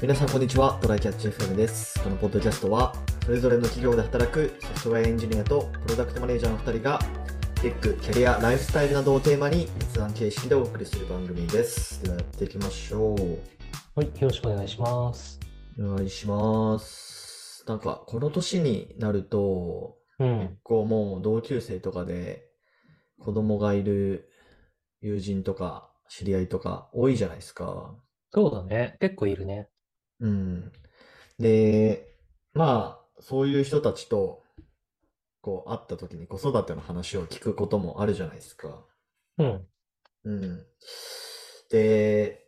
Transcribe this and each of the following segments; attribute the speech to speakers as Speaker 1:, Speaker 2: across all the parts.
Speaker 1: 皆さんこんにちはトライキャッチ FM ですこのポッドキャストはそれぞれの企業で働くソフトウェアエンジニアとプロダクトマネージャーの2人がテックキャリアライフスタイルなどをテーマに雑談形式でお送りする番組ですではやっていきましょう
Speaker 2: はい、よろしくお願いします。
Speaker 1: お願いしますなんかこの年になると
Speaker 2: うん。
Speaker 1: こうもう同級生とかで子供がいる友人とか知り合いとか多いじゃないですか
Speaker 2: そうだね。結構いるね。
Speaker 1: うん。で、まあ、そういう人たちと、こう、会った時に子育ての話を聞くこともあるじゃないですか。
Speaker 2: うん。
Speaker 1: うん。で、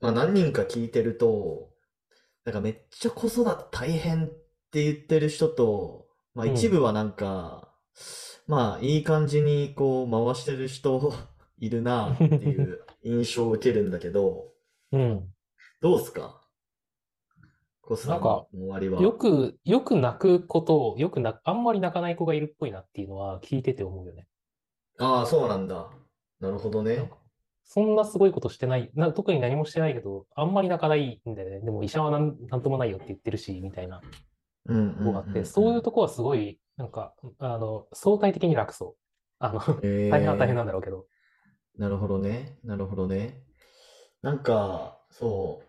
Speaker 1: まあ、何人か聞いてると、なんかめっちゃ子育て大変って言ってる人と、まあ、
Speaker 2: うん
Speaker 1: 一部はなんか、まあ、いい感じにこう、回してる人 いるなって いう印象を受けるんだけど、
Speaker 2: うん。
Speaker 1: どうっすかコスさんの終わりは。
Speaker 2: よく、よく泣くことを、よくな、あんまり泣かない子がいるっぽいなっていうのは聞いてて思うよね。
Speaker 1: ああ、そうなんだ。なるほど
Speaker 2: なん
Speaker 1: ね
Speaker 2: か。そんなすごいことしてない。な、特に何もしてないけど、あんまり泣かないんだよね。でも医者はなん、なんともないよって言ってるし、みたいな
Speaker 1: うんうん
Speaker 2: のがあって、そういうとこはすごい、なんか、あの、相対的に楽そう。あの、
Speaker 1: こ、えー
Speaker 2: 大変は大変なんだろうけど。
Speaker 1: なるほどね。なるほどね。なんか、そう。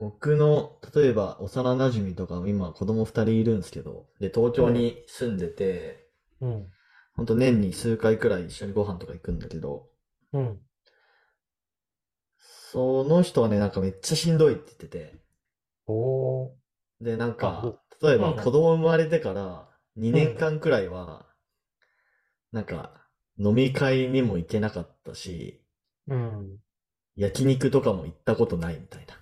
Speaker 1: 僕の、例えば、幼馴染とか、今、子供二人いるんですけど、で、東京に住んでて、
Speaker 2: うん。
Speaker 1: ほんと年に数回くらい一緒にご飯とか行くんだけど、
Speaker 2: うん。
Speaker 1: その人はね、なんかめっちゃしんどいって言ってて、
Speaker 2: おー。
Speaker 1: で、なん
Speaker 2: あ
Speaker 1: か
Speaker 2: ど、
Speaker 1: 例えば
Speaker 2: うん
Speaker 1: 子供生まれてから2年間くらいは、なんか、飲み会にも行けなかったし、
Speaker 2: うん。
Speaker 1: 焼肉とかも行ったことないみたいな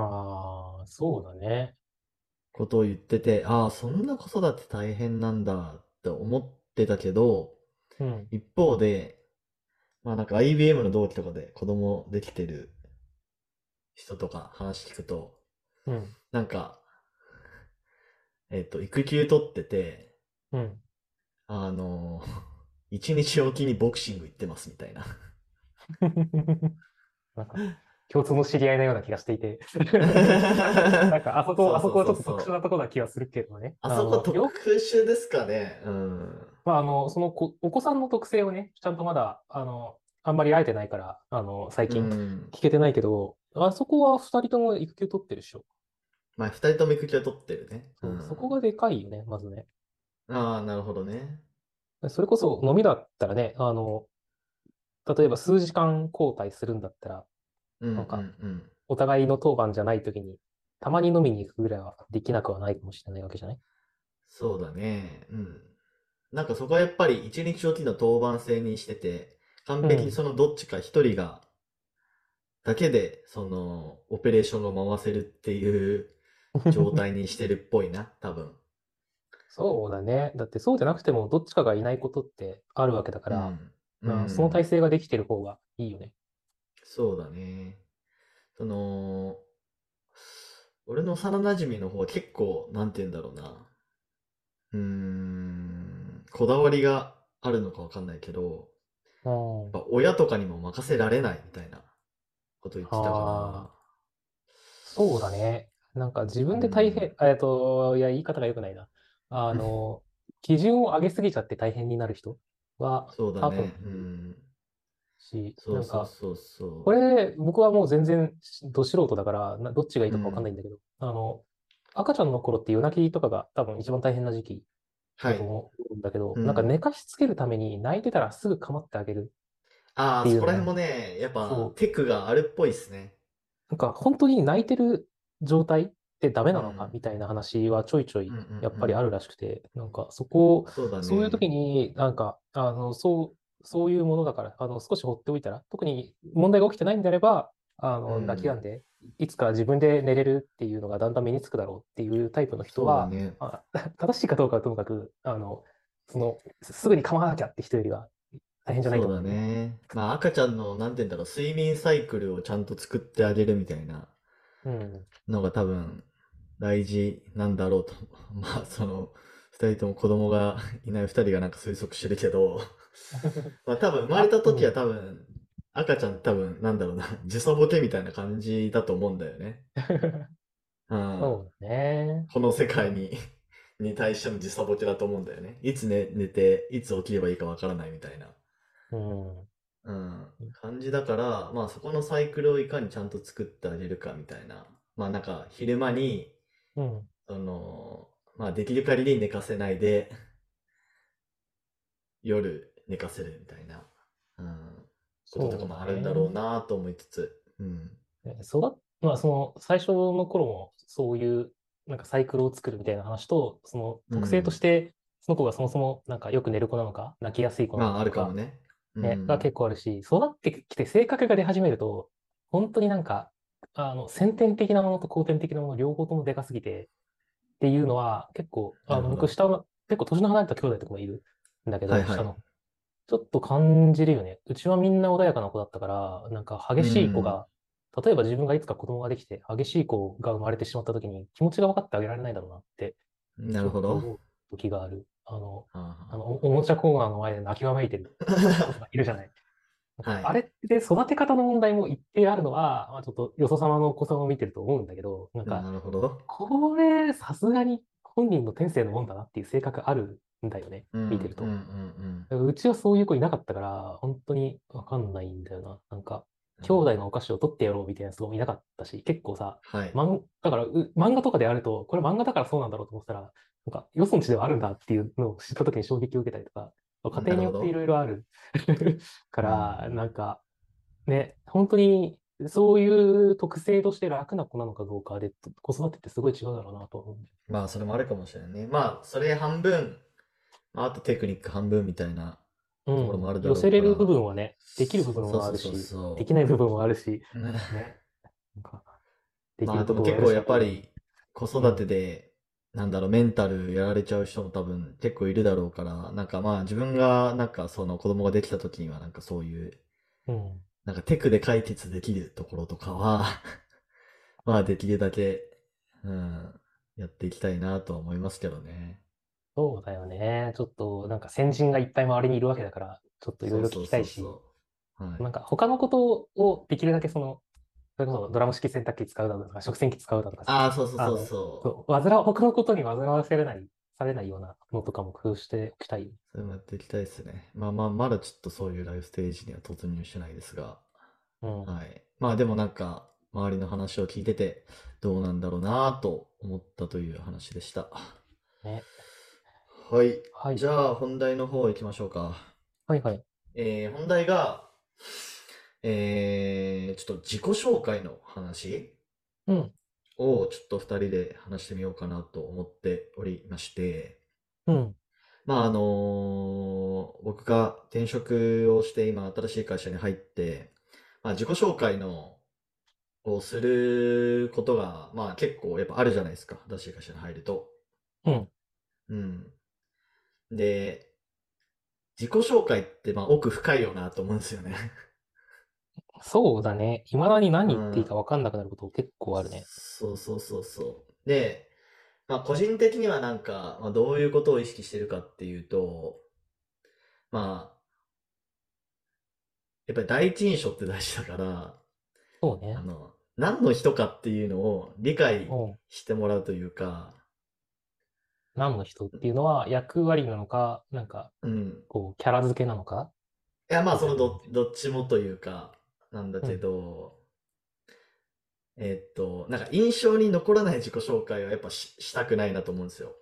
Speaker 2: ああ、そうだね。
Speaker 1: ことを言ってて、ああ、そんな子育て大変なんだって思ってたけど、
Speaker 2: うん。
Speaker 1: 一方で、まあなんか IBM の同期とかで子供できてる人とか話聞くと、
Speaker 2: うん。
Speaker 1: なんか、えっと、育休取ってて、
Speaker 2: うん。
Speaker 1: あの、 一日おきにボクシング行ってますみたい な。
Speaker 2: なんか、共通の知り合いのような気がして いて。なんか、あそこ、あそこはちょっと特殊なところな気がするけどね。
Speaker 1: あそこ
Speaker 2: の
Speaker 1: 特
Speaker 2: よ
Speaker 1: 殊ですかね。うん。
Speaker 2: まあ、あの、そのこ、お子さんの特性をね、ちゃんとまだ、あの、あんまり会えてないから、あの、
Speaker 1: う
Speaker 2: 最近
Speaker 1: ん。
Speaker 2: 聞けてないけど、あそこは二人とも育休取ってるでしょ。
Speaker 1: まあ、二人とも育休取ってるね。
Speaker 2: そう
Speaker 1: うん
Speaker 2: そこがでかいよね、まずね。
Speaker 1: ああ、なるほどね。
Speaker 2: それこそ飲みだったらね、あの、例えば数時間交代するんだったら、
Speaker 1: うん、
Speaker 2: なんか
Speaker 1: うん、うん。
Speaker 2: お互いの当番じゃないときに、たまに飲みに行くぐらいはできなくはないかもしれないわけじ ゃない
Speaker 1: そうだね。うん。なんかそこはやっぱり一日おきの当番制にしてて、完璧にそのどっちか一人が、だけで、その、オペレーションを回せるっていう状態にしてるっぽいな、多分。
Speaker 2: そうだね。だってそうじゃなくても、どっちかがいないことってあるわ けだか
Speaker 1: う
Speaker 2: ら、
Speaker 1: ん、
Speaker 2: ま
Speaker 1: う
Speaker 2: あ
Speaker 1: ん
Speaker 2: その体制ができてる方がいいよね。
Speaker 1: そうだね。その、俺の幼馴染の方は結構、なんて言うんだろうな。うーん、こだわりがあるのかわかんないけど、
Speaker 2: うん。
Speaker 1: やっぱ親とかにも任せられないみたいなこと言ってた
Speaker 2: あ
Speaker 1: か
Speaker 2: そうだね。なんか自分で大変、えっと、いや、言い方が良くないな。あの、基準を上げすぎちゃって大変になる人は
Speaker 1: ら、、そうだ
Speaker 2: 多
Speaker 1: ね。う
Speaker 2: 分
Speaker 1: ん。
Speaker 2: し、
Speaker 1: そう
Speaker 2: なん
Speaker 1: そう
Speaker 2: か、
Speaker 1: そうそう。
Speaker 2: これ、僕はもう全然ど素人だから、などっちがいいとかわかんないんだけど、あの、赤ちゃんの頃って夜泣きとかが多分一番大変な時期
Speaker 1: は
Speaker 2: だ
Speaker 1: い
Speaker 2: と。思うんだけど、
Speaker 1: うん
Speaker 2: なんか寝かしつけるために泣いてたらすぐ構ってあげる。
Speaker 1: あ
Speaker 2: っ
Speaker 1: あ、
Speaker 2: ていう
Speaker 1: そこら
Speaker 2: ね
Speaker 1: 辺もね、やっぱ
Speaker 2: そう
Speaker 1: テクがあるっぽいっすね。
Speaker 2: なんか本当に泣いてる状態ってダメなの
Speaker 1: う
Speaker 2: か
Speaker 1: ん
Speaker 2: みたいな話はちょいちょい
Speaker 1: うんうん
Speaker 2: やっぱり
Speaker 1: うん
Speaker 2: あるらしくて、なんかそこを、
Speaker 1: そうだ
Speaker 2: そういう時
Speaker 1: ね。
Speaker 2: になんか、あの、そう、そういうものだから、あの、少し放っておいたら、特に問題が起きてないんであれば、あの、
Speaker 1: うん
Speaker 2: 泣き止んで、いつか自分で寝れるっていうのがだんだん身につくだろうっていうタイプの
Speaker 1: そ
Speaker 2: 人
Speaker 1: うだ
Speaker 2: は、
Speaker 1: ね。
Speaker 2: あ、正しいかどうかはともかく、あの、その、すすぐに構わなきゃって人よりは大変じゃない
Speaker 1: そ
Speaker 2: か
Speaker 1: うだ
Speaker 2: もね。
Speaker 1: ね。まあ赤ちゃんの、なんて言うんだろう、睡眠サイクルをちゃんと作ってあげるみたいな
Speaker 2: うん。
Speaker 1: のが多分大事なんだろうと。 まあその、二人とも子供が いない二人がなんか推測してるけど、まあ多分生まれた時は多分赤ちゃん多分、なんだろうな、時差ボケみたいな感じだと思うんだよ ね。うん、
Speaker 2: そうだね。
Speaker 1: この世界にに対しての時差ボケだと思うんだよね。いつ寝寝て、いつ起きればいいかわからないみたいな、
Speaker 2: うん。
Speaker 1: うん、感じだから、まあそこのサイクルをいかにちゃんと作ってあげるかみたいな。まあなんか昼間に、
Speaker 2: うん。
Speaker 1: その、まあできる限り寝かせないで、 夜寝かせるみたいな、うん、こととかもあるんだろうなと思いつつ。うん。
Speaker 2: ね育っ、まあその最初の頃もそういうなんかサイクルを作るみたいな話と、その特性としてその子がそもそもなんかよく寝る子なのか、泣きやすい子な
Speaker 1: ま
Speaker 2: の
Speaker 1: あ
Speaker 2: か
Speaker 1: ある
Speaker 2: と
Speaker 1: かも
Speaker 2: か、
Speaker 1: ね。
Speaker 2: ね、
Speaker 1: うん
Speaker 2: が結構あるし、育ってきて性格が出始めると、本当になんか、あの、先天的なものと後天的なもの両方ともでかすぎて、っていうのは結構、あ
Speaker 1: なる
Speaker 2: の、
Speaker 1: ほど
Speaker 2: 僕下の、結構年の離れた兄弟とかもいるんだけど、
Speaker 1: はいはい
Speaker 2: 下の。ちょっと感じるよね。うちはみんな穏やかな子だったから、なんか激しい子が、例えば自分がいつか子供ができて、激しい子が生まれてしまった時に気持ちが分かってあげられないだろうなって、
Speaker 1: なるほ
Speaker 2: ちょっと
Speaker 1: ど。
Speaker 2: 思う時がある。あの、
Speaker 1: あ
Speaker 2: あ
Speaker 1: あ
Speaker 2: の、おおもちゃコーナーの前で泣きわめい てる人がいるじゃない。
Speaker 1: はい
Speaker 2: あれって育て方の問題も一定あるのは、まあ、ちょっとよそ様のお子様を見てると思うんだけど、なんか、
Speaker 1: なるほど。
Speaker 2: これ、さすがに本人の天性のもんだなっていう性格あるんだよね、
Speaker 1: うん
Speaker 2: 見てると
Speaker 1: うんう。ん
Speaker 2: だからうちはそういう子いなかったから、本当にわかんないんだよな。なんか、
Speaker 1: うん。
Speaker 2: 兄弟のお菓子を取ってやろうみたいな人もいなかったし、結構さ、
Speaker 1: はい。
Speaker 2: 漫だからう漫画とかであると、これ漫画だからそうなんだろうと思ってたら、なんか、よそんちではあるんだっていうのを知った時に衝撃を受けたりとか、家庭によ
Speaker 1: なる
Speaker 2: っ
Speaker 1: ほど
Speaker 2: ていろいろある から、
Speaker 1: うん
Speaker 2: なんか、ね、本当に、そういう特性として楽な子なのかどうかで、子育てってすごい違うだろうなと思うんで。
Speaker 1: まあ、それもあるかもしれないね。まあ、それ半分、まあ、あとテクニック半分みたいな
Speaker 2: う
Speaker 1: ところもあるだ
Speaker 2: ん。寄
Speaker 1: ろう
Speaker 2: せれる
Speaker 1: から
Speaker 2: 部分はね、できる部分はある
Speaker 1: そうそうそうそ
Speaker 2: し
Speaker 1: う、
Speaker 2: できない部分はあるし、
Speaker 1: ね
Speaker 2: ね。なんか、でき
Speaker 1: まあ、で
Speaker 2: るこ
Speaker 1: も
Speaker 2: とを
Speaker 1: 結
Speaker 2: やる
Speaker 1: 構
Speaker 2: し
Speaker 1: やっぱ、り子育てで、なんだろう、メンタルやられちゃう人も多分結構いるだろうから、なんかまあ自分がなんかその子供ができた時にはなんかそういう、
Speaker 2: うん。
Speaker 1: なんかテクで解決できるところとかは、 まあできるだけ、うん、やっていきたいなとは思いますけどね。
Speaker 2: そうだよね。ちょっと、なんか先人がいっぱい周りにいるわけだから、ちょっといろいろ聞きたいし、
Speaker 1: そうそうそう。
Speaker 2: な
Speaker 1: はい。
Speaker 2: んか他のことをできるだけその、それこそドラム式洗濯機使うだとか、食洗機使うだとかさ、
Speaker 1: ああ、そうそうそう
Speaker 2: そ
Speaker 1: そう。
Speaker 2: う、煩わ、他のことに煩わせれない、されないようなのとかも工夫しておきたい。
Speaker 1: それもやっていきたいですね。まあまあ、まだちょっとそういうライフステージには突入してないですが。
Speaker 2: うん。
Speaker 1: はい。まあでもなんか、周りの話を聞いてて、どうなんだろうなぁと思ったという話でした。
Speaker 2: ね
Speaker 1: はい。
Speaker 2: はい。
Speaker 1: じゃあ本題の方行きましょうか。
Speaker 2: はいはい。
Speaker 1: えー、本題が、えー、ちょっと自己紹介の話
Speaker 2: うん。
Speaker 1: をちょっと二人で話してみようかなと思っておりまして、
Speaker 2: うん。
Speaker 1: まああのー僕が転職をして今新しい会社に入って、まあ、自己紹介のをすることが、まあ、結構やっぱあるじゃないですか新しい会社に入ると。
Speaker 2: うん。
Speaker 1: うん、で自己紹介ってまあ奥深いよなと思うんですよね。
Speaker 2: そうだね。未だに何言っていいか分かんなくなること結構あるね。
Speaker 1: そうそうそうそう。で、まあ、個人的にはなんか、まあ、どういうことを意識してるかっていうと、まあ、やっぱり第一印象って大事だから、
Speaker 2: そうね
Speaker 1: あ。の、何の人かっていうのを理解
Speaker 2: うん。
Speaker 1: してもらうというか、
Speaker 2: 何の人っていうのは役割なのか、なんか、
Speaker 1: うん。
Speaker 2: こう、キャラ付けなのか。
Speaker 1: いや、まあ、そのど、どっちもというか、なんだけど、えっと、なんか印象に残らない自己紹介はやっぱし、したくないなと思うんですよ。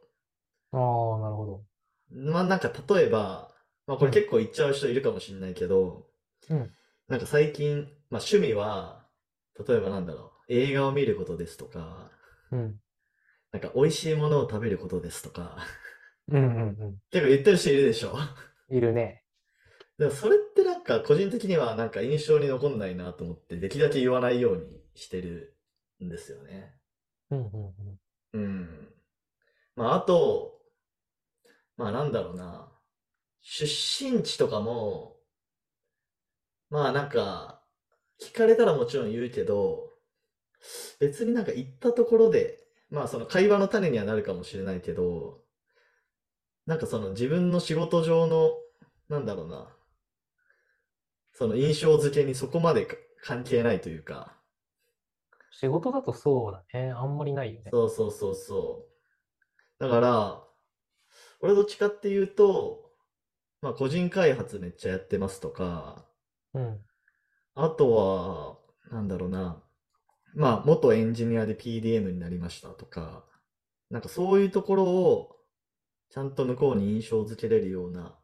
Speaker 2: ああ、なるほ
Speaker 1: まあなんか例えば、まあこれ結構言っちゃう人いるかもしれないけど、
Speaker 2: ど。うん。
Speaker 1: なんか最近、まあ趣味は、例えばなんだろう、映画を見ることですとか、
Speaker 2: うん。
Speaker 1: なんか美味しいものを食べることですとか、
Speaker 2: うんうんうん。
Speaker 1: 結構言ってる人いるでしょ。
Speaker 2: いるね。
Speaker 1: でもそれってなんか個人的にはなんか印象に残んないなと思って、できるだけ言わないようにしてるんですよね。
Speaker 2: うんうん
Speaker 1: うん。まああと、まあなんだろうな。出身地とかも、まあなんか、聞かれたらもちろん言うけど、別になんか行ったところで、まあその会話の種にはなるかもしれないけど、なんかその自分の仕事上の、なんだろうな、その印象付けにそこまでか関係ないというか、
Speaker 2: 仕事だとそうだね。あんまりないよね。
Speaker 1: そうそうそうそう。だから、俺どっちかっていうと、まあ個人開発めっちゃやってますとか、
Speaker 2: うん。
Speaker 1: あとは、なんだろうな、まあ、元エンジニアで PDM になりましたとか、なんかそういうところを、ちゃんと向こうに印象付けれるような、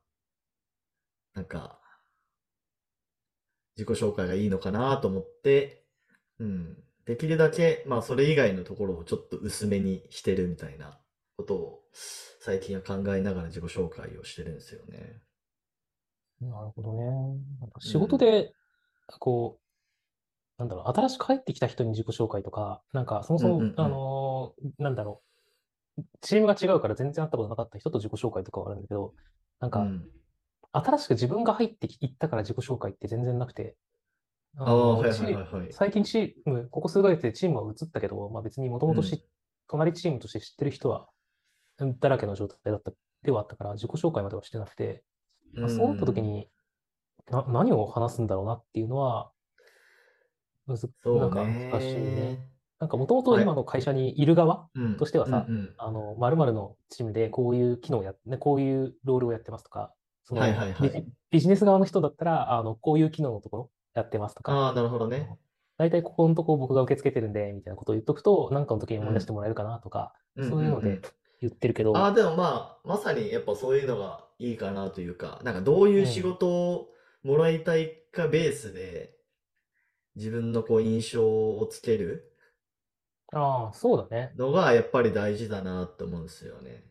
Speaker 1: なんか、自己紹介がいいのかなと思って、うん、できるだけ、まあ、それ以外のところをちょっと薄めにしてるみたいなことを、最近は考えながら自己紹介をしてるんですよね。
Speaker 2: なるほどね。なんか仕事で、こう、なんだろう、新しく帰ってきた人に自己紹介とか、なんか、そもそ
Speaker 1: うんうん
Speaker 2: も
Speaker 1: う、ん
Speaker 2: あのー、なんだろう、チームが違うから全然会ったことなかった人と自己紹介とかはあるんだけど、なん
Speaker 1: う
Speaker 2: か、
Speaker 1: ん。
Speaker 2: 新しく自分が入ってきいったから自己紹介って全然なくて、あ
Speaker 1: ああ、
Speaker 2: の
Speaker 1: は
Speaker 2: ー
Speaker 1: いはい
Speaker 2: チー
Speaker 1: はいはい。
Speaker 2: 最近チーム、ここ数ヶ月でチームは移ったけど、まあ別にもともと知っ隣チームとして知ってる人は、うんだらけの状態だった、ではあったから、自己紹介まではしてなくて、
Speaker 1: うん
Speaker 2: まあそうなった時に、な、何を話すんだろうなっていうのは、むず、
Speaker 1: そう
Speaker 2: なんか
Speaker 1: ね
Speaker 2: 難しいね。なんかもともと
Speaker 1: はい
Speaker 2: 今の会社にいる側
Speaker 1: うん
Speaker 2: としてはさ
Speaker 1: うんうん
Speaker 2: あの、〇〇のチームでこういう機能をやっ、ね、こういうロールをやってますとか、その
Speaker 1: はいはいはい
Speaker 2: ビジ、ビジネス側の人だったら、あの、こういう機能のところやってますとか、
Speaker 1: ああ、なるほどね。
Speaker 2: 大体ここのとこ僕が受け付けてるんで、みたいなことを言っとくと、なんかの時に思い出してもらえるかなとか、
Speaker 1: うん
Speaker 2: そういうの
Speaker 1: うんう
Speaker 2: で
Speaker 1: ん
Speaker 2: 言ってるけど、
Speaker 1: ああ、でもまあ、まさにやっぱそういうのがいいかなというか、なんかどういう仕事をもらいたいかベースで、自分のこう印象をつける
Speaker 2: ああ、そうだね。
Speaker 1: のがやっぱり大事だなって思うんですよね。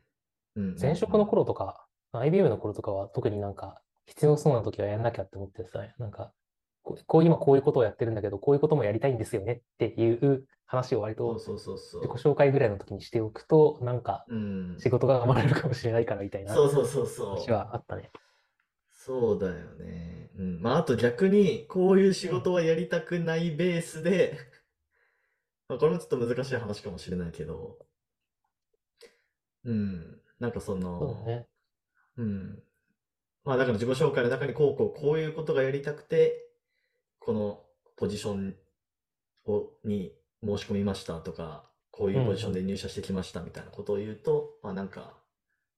Speaker 1: うんうん
Speaker 2: 前職の頃とか、IBM の頃とかは特になんか必要そうな時はやんなきゃって思ってさ、なんか、こうこう今こういうことをやってるんだけど、こういうこともやりたいんですよねっていう話を割
Speaker 1: うん。
Speaker 2: と
Speaker 1: そうそうそう
Speaker 2: 自己
Speaker 1: そ
Speaker 2: 紹介ぐらいの時にしておくと、なんか
Speaker 1: う。うん。
Speaker 2: 仕事が生まれるかもしれないからみたいな
Speaker 1: そうそうそうそう。
Speaker 2: 話はあったね。
Speaker 1: そうだよね。うん。まあ、あと逆に、こういう仕事はやりたくないベースで、 まあ、これもちょっと難しい話かもしれないけど、うん。なんかそ
Speaker 2: そうだ
Speaker 1: の、
Speaker 2: ね。
Speaker 1: うん。まあ、だから自己紹介の中に、こうこう、こういうことがやりたくて、このポジションを、に申し込みましたとか、こういうポジションで入社してきましたみたいなことを言うと、まあなんか、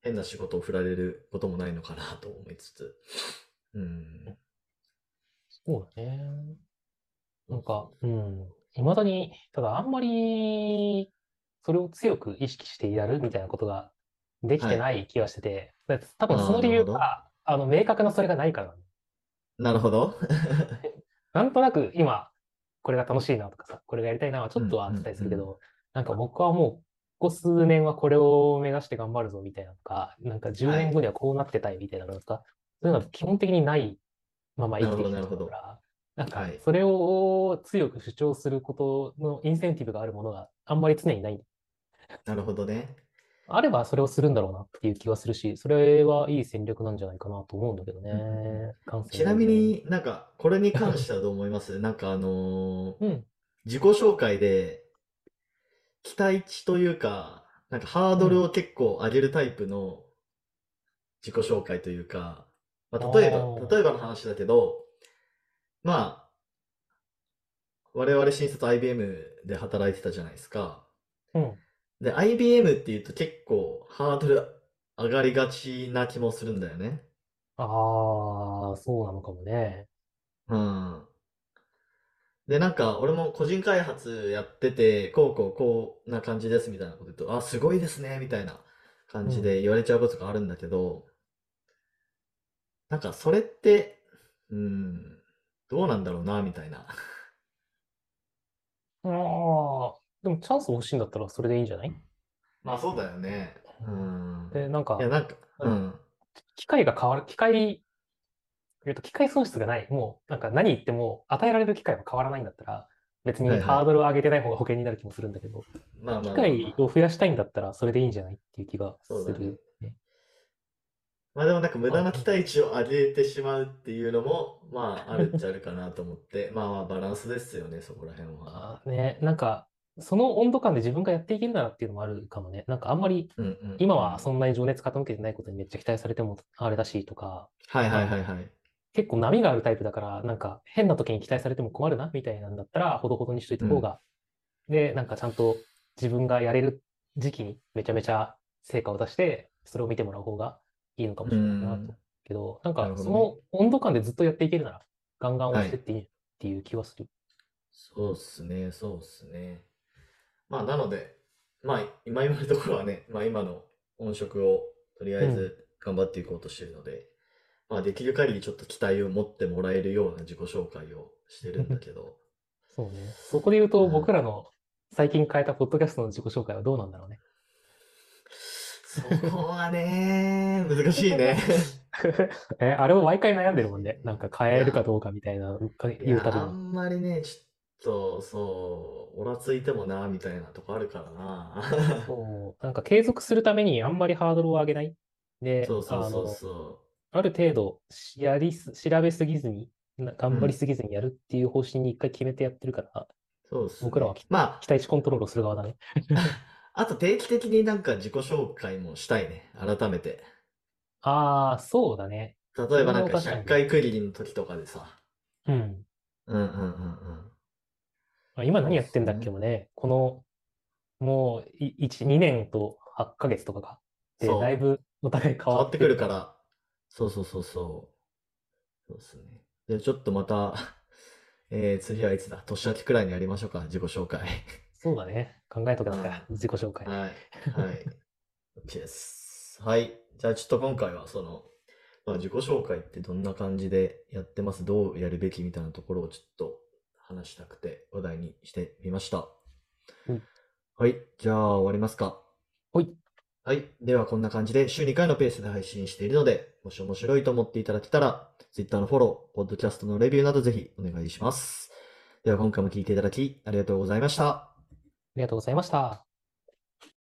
Speaker 1: 変な仕事を振られることもないのかなと思いつつ。うん。
Speaker 2: そうだね。なんか、うん。未だに、ただあんまり、それを強く意識してやるみたいなことができてない気がしてて、だから多分その理由が、あの、明確なそれがないからなんだよね
Speaker 1: なるほど。
Speaker 2: なんとなく今、これが楽しいなとかさ、これがやりたいなはちょっとはあったりするけ
Speaker 1: うん
Speaker 2: ど、なんか僕はもう、ここ数年はこれを目指して頑張るぞみたいなのとか、なんか10年後にはこうなってたいみたいなのとか、そういうのは基本的にないまま生きてきた
Speaker 1: なるほ
Speaker 2: 人
Speaker 1: ど
Speaker 2: だから、なんか
Speaker 1: はい
Speaker 2: それを強く主張することのインセンティブがあるものがあんまり常にない。
Speaker 1: なるほどね。
Speaker 2: あればそれをするんだろうなっていう気はするし、それはいい戦略なんじゃないかなと思うんだけどね
Speaker 1: うんうん。
Speaker 2: 感性
Speaker 1: ちなみ
Speaker 2: の部分
Speaker 1: になんか、これに関してはどう思います なんかあのー
Speaker 2: うん。
Speaker 1: 自己紹介で、期待値というか、なんかハードルを結構上げるタイプの自己紹介というか、まあ、例えば
Speaker 2: お、ー
Speaker 1: 例えばの話だけど、まあ、我々新卒 IBM で働いてたじゃないですか。
Speaker 2: うん。
Speaker 1: で、IBM っていうと結構ハードル上がりがちな気もするんだよね。
Speaker 2: ああ、そうなのかもね。
Speaker 1: うん。で、なんか、俺も個人開発やってて、こうこうこうな感じですみたいなこと言うと、あ、すごいですね、みたいな感じで言われちゃうことがあるんだけど、なんか、それって、うん、どうなんだろうな、みたいな。
Speaker 2: ああ、でもチャンス欲しいんだったらそれでいいんじゃない
Speaker 1: まあ、そうだよね。うん。
Speaker 2: で、なんか
Speaker 1: いや、、なんか、うん。
Speaker 2: 機会が変わる、機会、えっと、機会損失がない。もう、なんか何言っても与えられる機会は変わらないんだったら、別に
Speaker 1: はいはい
Speaker 2: ハードルを上げてない方が保険になる気もするんだけど、
Speaker 1: まあま
Speaker 2: 機
Speaker 1: あ
Speaker 2: 会を増やしたいんだったらそれでいいんじゃないっていう気が
Speaker 1: そうだ
Speaker 2: す
Speaker 1: ね
Speaker 2: るね。
Speaker 1: まあでもなんか無駄な期待値を上げてしまうっていうのも、まああるっちゃあるかなと思って、 まあまあバランスですよね、そこら辺は。
Speaker 2: あーね、なんか、その温度感で自分がやっていけるならっていうのもあるかもね。なんかあんまり、
Speaker 1: うんうんうん
Speaker 2: 今はそんなに情熱傾けてないことにめっちゃ期待されてもあれだしとか、
Speaker 1: はいはいはいはい。
Speaker 2: 結構波があるタイプだから、なんか変な時に期待されても困るなみたいなんだったら、ほどほどにしといた方が、で、なんかちゃんと自分がやれる時期にめちゃめちゃ成果を出して、それを見てもらう方がいいのかもしれないな
Speaker 1: うん
Speaker 2: と。けど、なん
Speaker 1: な
Speaker 2: か
Speaker 1: るほど
Speaker 2: そ
Speaker 1: ね
Speaker 2: の温度感でずっとやっていけるなら、ガンガン押してっていいっていう気はする。
Speaker 1: そうっすね、そうっすね。まあ、なので、まあ、今今のところはね、まあ、今の音色をとりあえず頑張っていこうとしてるので、まあ、できる限りちょっと期待を持ってもらえるような自己紹介をしてるんだけ ど、
Speaker 2: そうね。そこで言うと、
Speaker 1: うん
Speaker 2: 僕らの最近変えたポッドキャストの自己紹介はどうなんだろうね。
Speaker 1: そこはね、難しいね。
Speaker 2: え、あれも毎回悩んでるもんね。なんか変えるかどうかみたいな、か
Speaker 1: い
Speaker 2: 言う
Speaker 1: や、
Speaker 2: たび
Speaker 1: あ
Speaker 2: に。
Speaker 1: んまりね、ちょっと、そう、おらついてもな、みたいなとこあるから な。
Speaker 2: そう。なんか継続するためにあんまりハードルを上げない。で、
Speaker 1: そうそう
Speaker 2: あ
Speaker 1: そう
Speaker 2: の、
Speaker 1: そ
Speaker 2: ある程度、やりす、調べすぎずに、な頑張りすぎずにやるっていう方針に一回決めてやってるから、
Speaker 1: う。そうっすね
Speaker 2: 僕らはき
Speaker 1: まあ、
Speaker 2: 期待値コントロールをする側だね。
Speaker 1: あと定期的になんか自己紹介もしたいね。改めて。
Speaker 2: ああ、そうだね。
Speaker 1: 例えばなんか
Speaker 2: それも確かに
Speaker 1: 100回区切りの時とかでさ。
Speaker 2: うん。
Speaker 1: うんうんうんうん。
Speaker 2: まあ今何やってんだっけもね、この、もうい、1、2年と8ヶ月とかか。で、
Speaker 1: そう
Speaker 2: だいぶお互い変
Speaker 1: 変
Speaker 2: わ
Speaker 1: わ
Speaker 2: っ
Speaker 1: って
Speaker 2: て
Speaker 1: くるから。そうそうそうそう。そうですね。で、ちょっとまた、 えー、次はいつだ年明けくらいにやりましょうか。自己紹介。
Speaker 2: そうだね。考えとかな きゃ、自己紹介。
Speaker 1: はい。 はい。OK です。はい。じゃあちょっと今回はその、まあ、自己紹介ってどんな感じでやってますどうやるべきみたいなところをちょっと話したくて話題にしてみました。
Speaker 2: うん
Speaker 1: はい。じゃあ終わりますか。
Speaker 2: ほい。
Speaker 1: はい。ではこんな感じで週2回のペースで配信しているので、もし面白いと思っていただけたら、Twitter のフォロー、ポッドキャストのレビューなどぜひお願いします。では今回も聞いていただきありがとうございました。
Speaker 2: ありがとうございました。